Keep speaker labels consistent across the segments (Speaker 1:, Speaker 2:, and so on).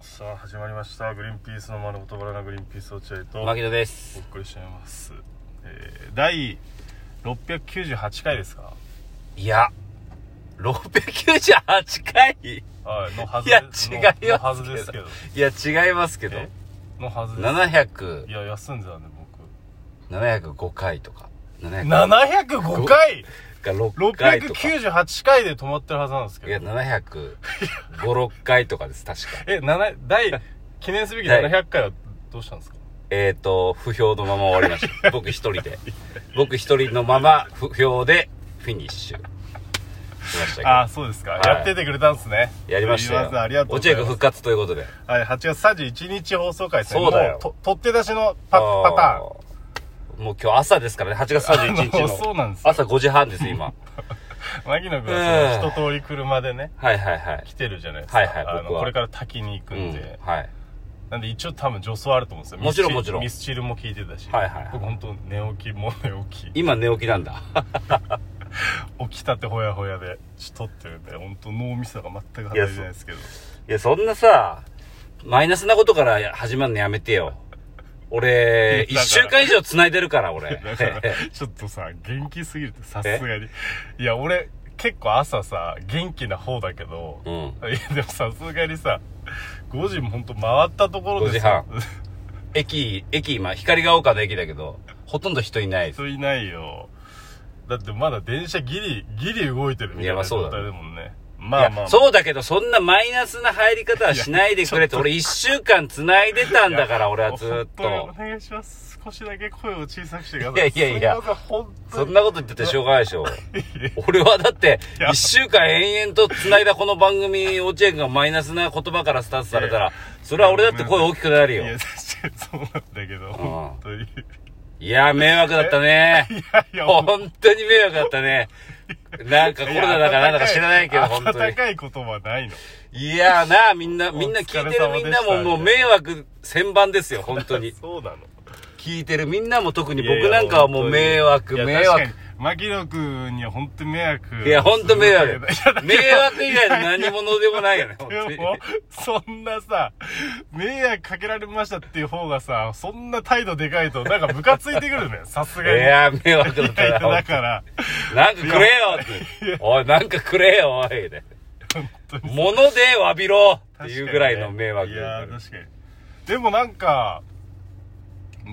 Speaker 1: さあ始まりましたグリーンピースの丸ごとバナナグリーンピース落合とお
Speaker 2: 牧野です
Speaker 1: 送りしています、えー、第698回ですか
Speaker 2: いや698回い
Speaker 1: はいのはず
Speaker 2: いや
Speaker 1: です
Speaker 2: 違い
Speaker 1: の
Speaker 2: ますけど
Speaker 1: のはずですけど
Speaker 2: や違いますけど
Speaker 1: えのはずです
Speaker 2: 700
Speaker 1: いや休んでたね
Speaker 2: 705回とか
Speaker 1: 僕
Speaker 2: 700
Speaker 1: 705回
Speaker 2: か6回とかい
Speaker 1: 698回で止まってるはずなんですけ
Speaker 2: や
Speaker 1: ど
Speaker 2: 7056回とかです確か
Speaker 1: え7第記念すべき
Speaker 2: はい
Speaker 1: 700回はどうしたんですか
Speaker 2: えっ、ー、と不評のまま終わりま した僕一人で僕一人のまま不評でフィニッシュしましたけど
Speaker 1: ああそうですか、
Speaker 2: はい
Speaker 1: やっててくれたんですね
Speaker 2: やりました
Speaker 1: すいせんありが
Speaker 2: よ
Speaker 1: とうご
Speaker 2: 落
Speaker 1: ざい
Speaker 2: 合
Speaker 1: ます
Speaker 2: 君復活ということで
Speaker 1: はい、8月31日放送回ですね。
Speaker 2: そうだよ
Speaker 1: もと取って出しのパパターン。
Speaker 2: ーンもう今日朝ですからね8月31日
Speaker 1: あのそう
Speaker 2: の
Speaker 1: なんですよ。
Speaker 2: 朝5時半です今
Speaker 1: 牧野君はその
Speaker 2: う
Speaker 1: 一
Speaker 2: ん
Speaker 1: 通り車でね、
Speaker 2: はいはいはい
Speaker 1: 来てるじゃないですか。
Speaker 2: はいはい
Speaker 1: あの
Speaker 2: 僕は
Speaker 1: これから滝に行くんで。
Speaker 2: うんはい、
Speaker 1: なんで一応多分助走あると思うんですよ。
Speaker 2: もちろん
Speaker 1: ミスチル
Speaker 2: もちろん
Speaker 1: ミスチルも聞いてたし。
Speaker 2: はいはいはい
Speaker 1: 僕本当寝起き、もう寝起き。
Speaker 2: 今寝起きなんだ
Speaker 1: 起きたてほやほやで、ちょっと撮ってるんで、本当脳みそが全く働いてないですけど。
Speaker 2: いやそんなさマイナスなことから始まるのやめてよ
Speaker 1: だ
Speaker 2: 俺
Speaker 1: から
Speaker 2: 1週間以上繋いでるから俺
Speaker 1: だから、ちょっとさ、元気すぎるってさすがに。いや、俺、結構朝さ、元気な方だけど、
Speaker 2: うん
Speaker 1: いやでもさすがにさ5時もほんと回ったところでさ
Speaker 2: 5駅駅今光が丘の駅だけどほとんど人いないです
Speaker 1: 人いないよだってまだ電車ギリギリ動いてるみたい
Speaker 2: いや
Speaker 1: な
Speaker 2: まあそう
Speaker 1: 状
Speaker 2: だ
Speaker 1: 態
Speaker 2: ね
Speaker 1: だもんねまあまあ
Speaker 2: い
Speaker 1: ま
Speaker 2: や
Speaker 1: あ
Speaker 2: そうだけどそんなマイナスな入り方はしないでくれって俺1週間繋いでたんだから俺はずーっ
Speaker 1: いや本
Speaker 2: と
Speaker 1: 当にお願いします少しだけ声を小さくしてくだ
Speaker 2: い
Speaker 1: さ
Speaker 2: や
Speaker 1: い
Speaker 2: いやいや
Speaker 1: すません本当
Speaker 2: そん
Speaker 1: に
Speaker 2: なこと言っててしょうがない でしょ俺はだって
Speaker 1: いや
Speaker 2: 1週間延々と繋いだこの番組落合君がマイナスな言葉からスタートされたらそれは俺だって声大きくなる
Speaker 1: いや
Speaker 2: よ
Speaker 1: 確かにそうなんだけど本当にい
Speaker 2: いやー迷惑だったね
Speaker 1: やいや本
Speaker 2: 本当に迷惑だったねなんか
Speaker 1: 当
Speaker 2: コ
Speaker 1: に
Speaker 2: ロナだからなんだか知らないけど本当
Speaker 1: 温
Speaker 2: に
Speaker 1: かいことはないの
Speaker 2: いやーなあみんな
Speaker 1: お疲れ
Speaker 2: みん
Speaker 1: 様
Speaker 2: な
Speaker 1: でした
Speaker 2: 聞いてるみんなももう迷惑千番ですよ本当に
Speaker 1: そうなの
Speaker 2: 聞いてるみんなも特に僕なんかはもう迷惑
Speaker 1: いや
Speaker 2: 迷
Speaker 1: 確か
Speaker 2: 惑
Speaker 1: に牧野君には本当に迷惑
Speaker 2: いや本当迷
Speaker 1: いや
Speaker 2: 惑
Speaker 1: だけど
Speaker 2: 迷惑以外の何者でもないよね本当
Speaker 1: で
Speaker 2: に
Speaker 1: もそんなさ迷惑かけられましたっていう方がさそんな態度でかいとなんかムカついてくる ねさす がに
Speaker 2: いやー迷惑だっ
Speaker 1: いやいや
Speaker 2: た
Speaker 1: だ
Speaker 2: な
Speaker 1: から
Speaker 2: なんかくれよっておいなんかくれよおいで
Speaker 1: 本当に
Speaker 2: 物で詫びろっていうぐらいの迷惑
Speaker 1: いやー確かにでもなんか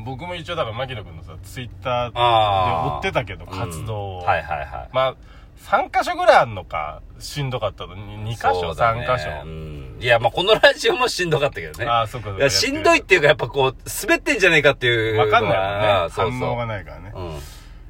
Speaker 1: 僕も一応だから牧野君のさツイッターで
Speaker 2: あー
Speaker 1: 追ってたけど活動を、
Speaker 2: うんはいはいはい
Speaker 1: まあ3箇所ぐらいあんのかしんどかったの2箇所、
Speaker 2: そうだね
Speaker 1: 3箇所、
Speaker 2: うんいやまあこのラジオもしんどかったけどね
Speaker 1: ああそうかそう
Speaker 2: い
Speaker 1: か
Speaker 2: やしんどいっていうかやっぱこう滑ってんじゃないかっていうの
Speaker 1: わ
Speaker 2: は
Speaker 1: かんない
Speaker 2: あ
Speaker 1: も
Speaker 2: あ
Speaker 1: んね
Speaker 2: そう
Speaker 1: 反応
Speaker 2: そ
Speaker 1: がないからね
Speaker 2: ううん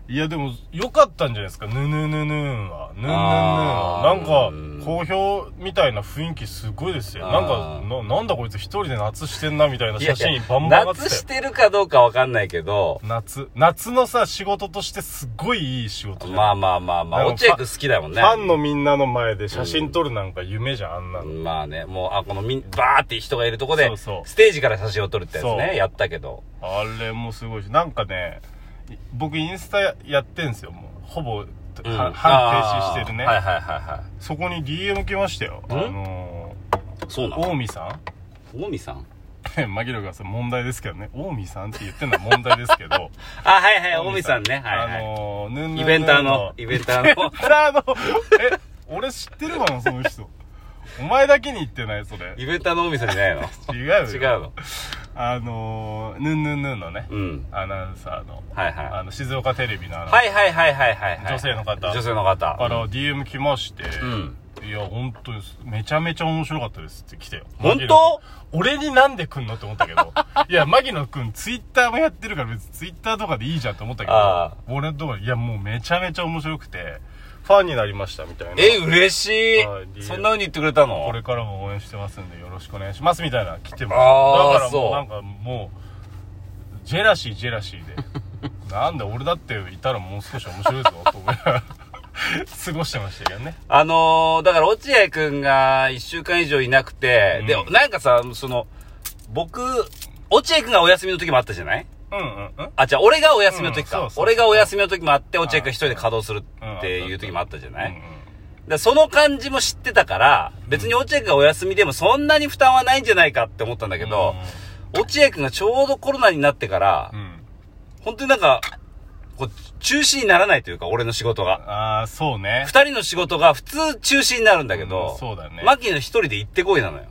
Speaker 1: いやでも良かったんじゃないですかぬぬぬぬんはぬんぬんぬんは
Speaker 2: あ
Speaker 1: な
Speaker 2: ー
Speaker 1: んか
Speaker 2: うん
Speaker 1: 好評みたいな雰囲気すごいですよ
Speaker 2: あ
Speaker 1: なん
Speaker 2: ー
Speaker 1: かななんだこいつ一人で夏してんなみたいない
Speaker 2: や
Speaker 1: 写
Speaker 2: いや
Speaker 1: 真バンバン上がって
Speaker 2: 夏
Speaker 1: たよ
Speaker 2: してるかどうかわかんないけど
Speaker 1: 夏夏のさ仕事としてすごいいい仕事じゃん、
Speaker 2: まあまあまあま
Speaker 1: で
Speaker 2: あ
Speaker 1: も
Speaker 2: 落合君好きだもんね
Speaker 1: ファンのみんなの前で写真撮るなんか夢じゃんあんなの、
Speaker 2: まあね、もう、あ、このみん、バーって人がいるとこで
Speaker 1: そうそう、
Speaker 2: ステージから写真を撮るってやつ
Speaker 1: そう
Speaker 2: ね、やったけど。
Speaker 1: あれもすごいしなんかねい僕インスタやってんすよもうほぼ、は
Speaker 2: うん
Speaker 1: 半停止してるね、
Speaker 2: あーはいはいはいはい。
Speaker 1: そこに DM 来ましたよあ
Speaker 2: ん
Speaker 1: の
Speaker 2: そうな
Speaker 1: ー、
Speaker 2: の
Speaker 1: 近江さん
Speaker 2: 大見さん
Speaker 1: ね、マギロがさ、問題ですけどね、オウミさんって言ってんのは問題ですけど、
Speaker 2: あ、 はいはい、大見さんね。はい
Speaker 1: あ
Speaker 2: は
Speaker 1: のー、ヌンヌン
Speaker 2: い。
Speaker 1: ヌン
Speaker 2: イベンターの、イベンターの。
Speaker 1: あの、え、俺知ってるわな、その人。お前だけに言ってない、それ。
Speaker 2: イベンターの大見さんじゃないの
Speaker 1: 違うよ。
Speaker 2: 違うの。
Speaker 1: あのー、ヌンヌンヌンのね、
Speaker 2: うん。
Speaker 1: アナウンサーの、
Speaker 2: はいはい。
Speaker 1: あの、静岡テレビのあの、
Speaker 2: はいはいはいはいはいはい。
Speaker 1: 女性の方
Speaker 2: 女性の方。
Speaker 1: から DM 来まして、
Speaker 2: うん。
Speaker 1: いや、本当です。めちゃめちゃ面白かったですって来てよ。
Speaker 2: 本
Speaker 1: マ
Speaker 2: 当
Speaker 1: ギロ君俺になんで来んのって思ったけど。 いや、牧野くん、ツイッターもやってるから別にツイッターとかでいいじゃんって思ったけ
Speaker 2: ああ
Speaker 1: ど、俺のところ、いや、もうめちゃめちゃ面白くて、ファンになりましたみたいな。
Speaker 2: え、嬉し
Speaker 1: はい理由
Speaker 2: い。そんな風に言ってくれたの
Speaker 1: これからも応援してますんでよろしくお願いしますみたいな来てます。
Speaker 2: あ
Speaker 1: だ
Speaker 2: あ
Speaker 1: からも
Speaker 2: そうう
Speaker 1: なんかもう、ジェラシージェラシーで。 なんで俺だっていたらもう少し面白いぞと思いながら 過ごしてましたけどね。
Speaker 2: あのー、だから落合くんが一週間以上いなくて、
Speaker 1: うん
Speaker 2: で、なんかさ、その、僕、落合くんがお休みの時もあったじゃない
Speaker 1: うんうんうん。
Speaker 2: あ、じゃあ俺がお休みの時か、
Speaker 1: うんそうそう
Speaker 2: 俺がお休みの時もあって、落合くん一人で稼働するっていう時もあったじゃない、だからその感じも知ってたから、別に落合君がお休みでもそんなに負担はないんじゃないかって思ったんだけど、落合君がちょうどコロナになってから、
Speaker 1: うん、うん、
Speaker 2: 本当になんか、こう、中止にならないというか、俺の仕事が。
Speaker 1: ああそうね
Speaker 2: 二人の仕事が普通中止になるんだけど、
Speaker 1: うんそうだね
Speaker 2: マキの一人で行ってこいなのよ。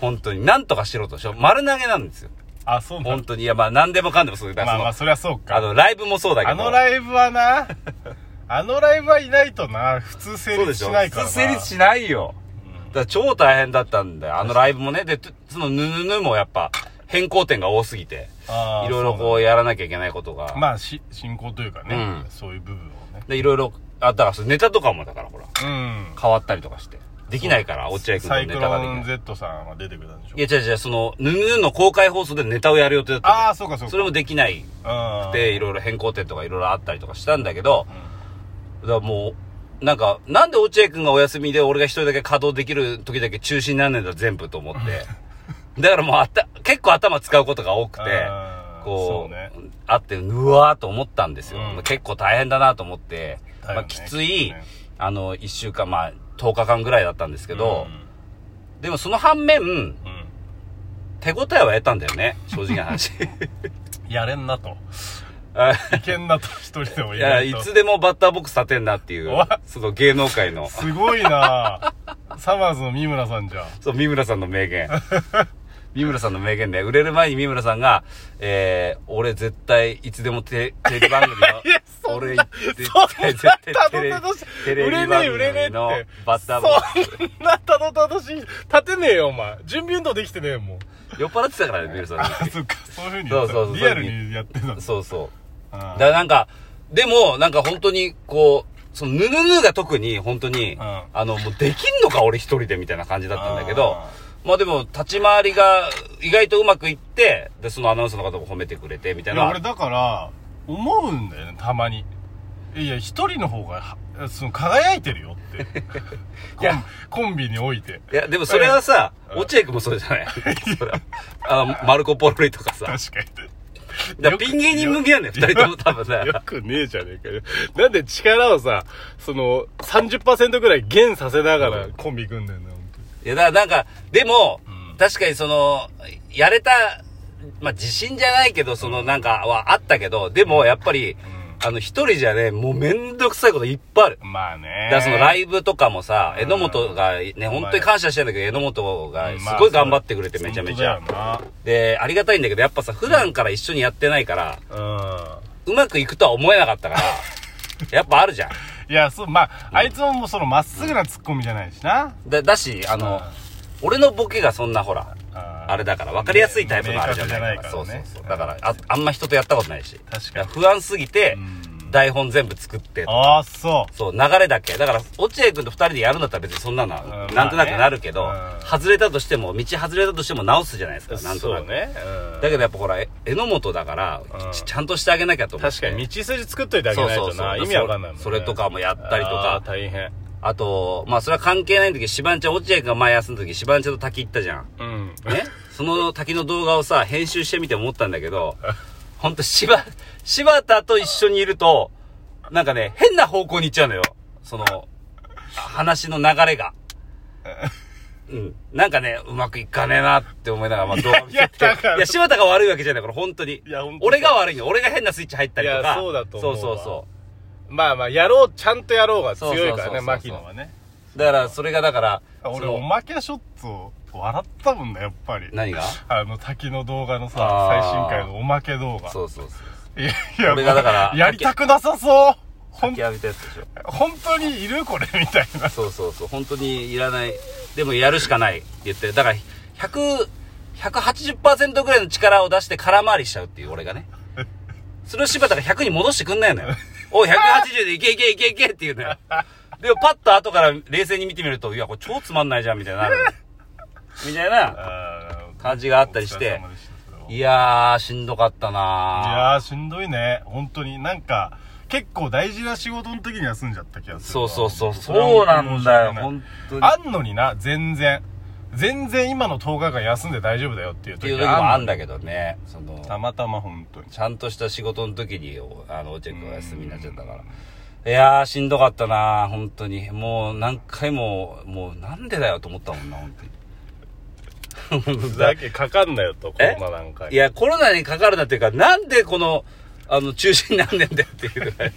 Speaker 2: 本当に。なんとかしろとしょ。丸投げな んですよ。
Speaker 1: あそうなん
Speaker 2: 本当に。いや、まあ、何でもかんでもそうだ
Speaker 1: まあまあ
Speaker 2: か、
Speaker 1: そりゃそうから
Speaker 2: その、あの、ライブもそうだけど。
Speaker 1: あのライブはな あのライブはいないとな普通成
Speaker 2: そうで
Speaker 1: 立
Speaker 2: し
Speaker 1: し
Speaker 2: ょ
Speaker 1: ないからな
Speaker 2: 普通成立しないよ。だから超大変だったんだよ。あのライブもね。で、とそのぬぬぬもやっぱ変更点が多すぎて、
Speaker 1: あー
Speaker 2: いろいろこうやらなきゃいけないことが。
Speaker 1: そうまあし進行というかね、
Speaker 2: うん
Speaker 1: そういう部分をね
Speaker 2: で、いろいろ、あ、だからそれネタとかもだからほら、
Speaker 1: うん
Speaker 2: 変わったりとかして。できないから、落合君の
Speaker 1: サ
Speaker 2: ネ
Speaker 1: イク
Speaker 2: タができ
Speaker 1: ロン
Speaker 2: ない。
Speaker 1: Z さんは出てくれたんでしょ
Speaker 2: いや、違う違う、その、ぬぬぬの公開放送でネタをやる予定だったんだよ
Speaker 1: ああそうかそうか
Speaker 2: それもできない
Speaker 1: うん
Speaker 2: で、いろいろ変更点とかいろいろあったりとかしたんだけど、だからもう、なんか、なんで落合くんがお休みで俺が一人だけ稼働できる時だけ中止になんねえんだ全部 と思って。だからもうあた、結構頭使うことが多く
Speaker 1: う
Speaker 2: て、
Speaker 1: ん
Speaker 2: こ
Speaker 1: そうね
Speaker 2: う、あって、うわーと思ったんですよ。
Speaker 1: うん
Speaker 2: 結構大変だなと思って、
Speaker 1: だよね
Speaker 2: まあきつい、
Speaker 1: きっとね
Speaker 2: あの、一週間、まあ、10日間ぐらいだったんですけど、
Speaker 1: う
Speaker 2: でもその反面、
Speaker 1: んうん
Speaker 2: 手応えは得たんだよね、正直 な話。
Speaker 1: やれんな といけんなと一人でも
Speaker 2: い
Speaker 1: い
Speaker 2: や、
Speaker 1: ない
Speaker 2: い
Speaker 1: と
Speaker 2: つでもバッターボックス立てんなっていう
Speaker 1: おわ、
Speaker 2: その芸能界の、
Speaker 1: すごいなサマーズの三村さんじゃん
Speaker 2: そう、三村さんの 名言。三村さんの名言で、売れる前に三村さんが、えー、俺絶対いつでもテテレビ番組 の、俺絶対絶対テレビ
Speaker 1: たどたどしい、
Speaker 2: テレ
Speaker 1: 売れ
Speaker 2: ビ
Speaker 1: ね
Speaker 2: 番
Speaker 1: え売れねえって
Speaker 2: 組のバッターボック
Speaker 1: そんなたどたどしい立てねえよお前準備運動できてねえよもう
Speaker 2: ス。酔っ払ってたからね、三浦さん の
Speaker 1: あ
Speaker 2: 時。
Speaker 1: そっかそういうふうにやった
Speaker 2: そうそうそう
Speaker 1: リアルにやってたんだ
Speaker 2: そうそう。だか
Speaker 1: あ
Speaker 2: らなんか、でも、なんか本当に、こう、その、ぬぬぬが特に、本当に、
Speaker 1: ん
Speaker 2: あの、もうできんのか俺一人でみたいな感じだったんだけど
Speaker 1: あ、
Speaker 2: まあでも、立ち回りが意外とうまくいって、で、そのアナウンサーの方も褒めてくれて、みたい
Speaker 1: い
Speaker 2: な。
Speaker 1: や俺だから思うんだよねたまにいや一人の方がはその輝いてるよってコン
Speaker 2: いや
Speaker 1: コンビにおいて
Speaker 2: いや、でもそれはさ、落合君もそうじゃない それはあの、マルコ・ポロリとかさ。だか
Speaker 1: 確かに
Speaker 2: らピン芸人向きなんだよ、二人とも多分ね。
Speaker 1: よくねえじゃねえかよ。なんで力をさ、その、30%ぐらい減させながらコンビ組んでんのよ、
Speaker 2: いや、だからなんか、でも、
Speaker 1: うん
Speaker 2: 確かにその、やれた、まあ、自信じゃないけど、そのなんかはあったけど、でもやっぱり、あの、一人じゃね、もうめんどくさいこといっぱいある。
Speaker 1: まあね
Speaker 2: だ。からそのラ
Speaker 1: イ
Speaker 2: イブとかもさ、
Speaker 1: うん
Speaker 2: 榎本がね、本当に感謝してんだけど、榎本がすごい頑張ってくれてめちゃめちゃ。
Speaker 1: ゃ。
Speaker 2: で、ありがたいんだけど、やっぱさ、普段から一緒にやってないから、
Speaker 1: う
Speaker 2: うまくいくとは思えなか ったから、やっぱあるじゃん。
Speaker 1: ん。いや、そう、まあ、あいつももうその、まっすぐなツッコミじゃないしな。
Speaker 2: だ、だし、あの、俺のボケがそんなほら、あれだから分かりやすいタイプのあれじゃない
Speaker 1: 明
Speaker 2: から。そう
Speaker 1: 確
Speaker 2: そう
Speaker 1: ね
Speaker 2: そう。だから、あ、あんま人とやったことないし。
Speaker 1: 確かに
Speaker 2: 不安すぎて
Speaker 1: う、ん
Speaker 2: 台本全部作って、
Speaker 1: ああ、そ
Speaker 2: そう、流れだけ。だから、落合くんと二人でやるんだったら別にそんなのは、
Speaker 1: うん
Speaker 2: なんとなくなるけど、
Speaker 1: まあねうん
Speaker 2: 外れたとしても、道外れたとしても直すじゃないですか、
Speaker 1: う。
Speaker 2: なんとなく。
Speaker 1: ね。
Speaker 2: だけどやっぱほら、え榎本だから、
Speaker 1: うん
Speaker 2: ちちゃんとしてあげなきゃと思って。
Speaker 1: 確かに道筋作っといてあげないとな。意味わかんないもんね。
Speaker 2: それとかもやったりと
Speaker 1: あ
Speaker 2: か
Speaker 1: ー、大変。
Speaker 2: あと、まあそれは関係ないんだけど、シバンちゃん、落合君が前休んだ時、シバンちゃんと滝行ったじゃん。
Speaker 1: うん。
Speaker 2: ねその滝の動画をさ、編集してみて思ったんだけど、ほんと柴、柴田と一緒にいると、なんかね、変な方向に行っちゃうのよ。その、あ話の流れが。うん。なんかね、うまくいかねえなって思いながら、まあ動画見て
Speaker 1: い
Speaker 2: て。
Speaker 1: やだから
Speaker 2: いや、柴田が悪いわけじゃない、これ本当に。
Speaker 1: いや本当
Speaker 2: 俺が悪いの。俺が変なスイッチ入ったりと
Speaker 1: い
Speaker 2: か。
Speaker 1: やそうだと思うわ
Speaker 2: そうそうそう。
Speaker 1: まあまあ、やろう、ちゃんとやろうが強いか
Speaker 2: そうそうそう
Speaker 1: ら
Speaker 2: そう
Speaker 1: ね、牧野はね。
Speaker 2: だから、それがだから、
Speaker 1: 俺
Speaker 2: その
Speaker 1: おまけショット笑ったもんねやっぱり
Speaker 2: 何が
Speaker 1: あの滝の動画のさ
Speaker 2: あー
Speaker 1: 最新回のおまけ動画
Speaker 2: そうそうそう。
Speaker 1: いやいや
Speaker 2: 俺がだから
Speaker 1: もうやりたくなさそうほん
Speaker 2: き浴びたやつでしょ。
Speaker 1: 本当にいるこれみたいな
Speaker 2: そうそうそう、本当にいらない。でもやるしかないって言って、だから、100、180%ぐらいの力を出して空回りしちゃうっていう俺がね。それを柴田が100に戻してくんないのよ。おい、180でいけいけいけいけって言うのよ。でもパッと後から冷静に見てみると、いや、これ超つまんないじゃんみたいになる。みたいな感じが あったりして
Speaker 1: お疲れ様でしたそれはい
Speaker 2: やー、しんどかったない
Speaker 1: やーしんどいね本当になんか結構大事な仕事の時に休んじゃった気がする
Speaker 2: そうそうそう、
Speaker 1: れは
Speaker 2: そうなんだよ、
Speaker 1: 本当に申し訳ない
Speaker 2: 本当に。
Speaker 1: あんのにな全然全然今の10日間休んで大丈夫だよっていう
Speaker 2: って
Speaker 1: 時
Speaker 2: いう時もあんだけどね。その
Speaker 1: たまたま本当に
Speaker 2: ちゃんとした仕事の時に、おあの、お茶君が休みになっちゃったから。いやー、しんどかったな本当に。もう何回も、もうなんでだよと思ったもんな、本当に。
Speaker 1: だけかかんなよと、コ
Speaker 2: え
Speaker 1: ロナなんか
Speaker 2: い
Speaker 1: に。
Speaker 2: や、コロナにかかるなっていうか、なんでこの、あの、中止になんねんだよっていうぐらい。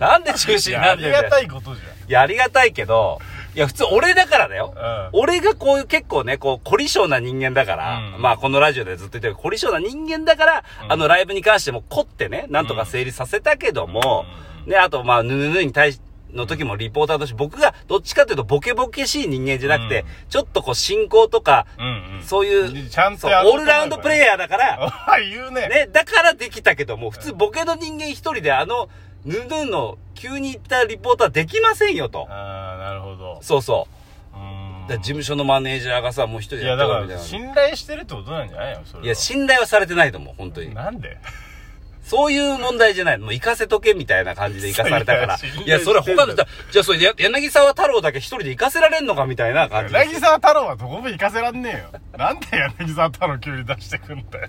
Speaker 2: なんで中
Speaker 1: い
Speaker 2: 止に
Speaker 1: や、
Speaker 2: な
Speaker 1: あ
Speaker 2: んね
Speaker 1: り
Speaker 2: んだ
Speaker 1: が
Speaker 2: よ
Speaker 1: た。いことじ
Speaker 2: いや、ありがたいけど、いや、普通俺だからだよ。
Speaker 1: ゃん。うん。
Speaker 2: 俺がこういう結構ね、こう、凝り性な人間だから、
Speaker 1: うん
Speaker 2: まあこのラジオでずっと言ってるけど凝り性な人間だから、
Speaker 1: うん
Speaker 2: あのライブに関しても凝ってね、なんとか整理させたけども、ね、あとまあ、ぬぬぬに対し、の時もリポーターとして、僕がどっちかというとボケボケしい人間じゃなくて、
Speaker 1: うん
Speaker 2: ちょっとこう進行とか、
Speaker 1: うんうん。
Speaker 2: そういう、
Speaker 1: ちゃんと
Speaker 2: そう
Speaker 1: やろう
Speaker 2: オールラウンドプレイヤーだから、
Speaker 1: あ、言うね。
Speaker 2: ね、だからできたけども、普通ボケの人間一人であの、ぬぬの急に行ったリポーターできませんよと。
Speaker 1: ああ、なるほど。
Speaker 2: そうそう。
Speaker 1: うーん
Speaker 2: だから事務所のマネージャーがさ、もう一人
Speaker 1: い
Speaker 2: で
Speaker 1: や、
Speaker 2: やって
Speaker 1: だ
Speaker 2: る
Speaker 1: か
Speaker 2: みたい
Speaker 1: ら、
Speaker 2: な。
Speaker 1: 信頼してるってことなんじゃないのそれは。
Speaker 2: いや、信頼はされてないと思う、本当に。
Speaker 1: なんで
Speaker 2: そういう問題じゃない。もう行かせとけみたいな感じで行かされ たから
Speaker 1: そういや信。頼
Speaker 2: いや、それは他の
Speaker 1: してんだ
Speaker 2: 人、じゃあそれ、や柳沢太郎だけ一人で行かせられんのかみたいな感じで。
Speaker 1: 柳沢太郎はどこも行かせらんねえよ。なんで柳沢太郎急に出してくんだよ。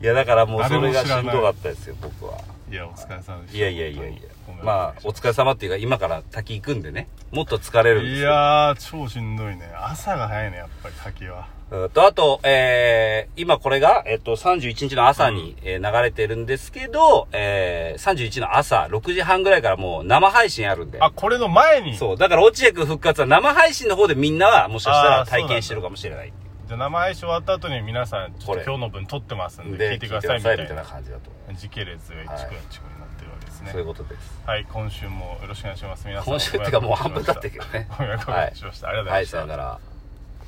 Speaker 2: いや、だからもうそれ
Speaker 1: 誰も
Speaker 2: が
Speaker 1: 知
Speaker 2: し
Speaker 1: らなんい
Speaker 2: どかったですよ、僕は。
Speaker 1: いや、お疲れ様でした。
Speaker 2: いやいやいやいや
Speaker 1: ごめんな。さい
Speaker 2: まあ、お疲れ様っていうか、今から滝行くんでね、もっと疲れるんで
Speaker 1: い
Speaker 2: すよ。
Speaker 1: やー、超しんどいね。朝が早いね、やっぱり滝は。
Speaker 2: うんと、あと、えー、今これが、えっと、31日の朝に、えー流れてるんですけど、えー、31の朝、6時半ぐらいからもう生配信あるんで。
Speaker 1: あ、これの前に。
Speaker 2: そう。だから、落合くん復活は生配信の方でみんなは、もしかした
Speaker 1: あ
Speaker 2: ら
Speaker 1: ーそうなん
Speaker 2: 体
Speaker 1: だ
Speaker 2: 験してるかもしれない。
Speaker 1: じゃあ生配信終わった後に皆さん、ちょ
Speaker 2: こ
Speaker 1: っ
Speaker 2: れ
Speaker 1: と今日の分撮ってますんで、聞
Speaker 2: で、
Speaker 1: いてくださいみ
Speaker 2: 聞
Speaker 1: た
Speaker 2: いてくださいみたい
Speaker 1: い
Speaker 2: な
Speaker 1: な。
Speaker 2: 感じだと思い
Speaker 1: 時系列が
Speaker 2: はい
Speaker 1: 1個1個になってるわけです
Speaker 2: ます。
Speaker 1: ね
Speaker 2: そうい。うことです。
Speaker 1: はい、今週もよろしくお願いします。皆さん。
Speaker 2: 今週っていうかもう半分経ってるけどね。
Speaker 1: ご迷惑をおかけしました。ありがとうございました。
Speaker 2: はい、さよなら。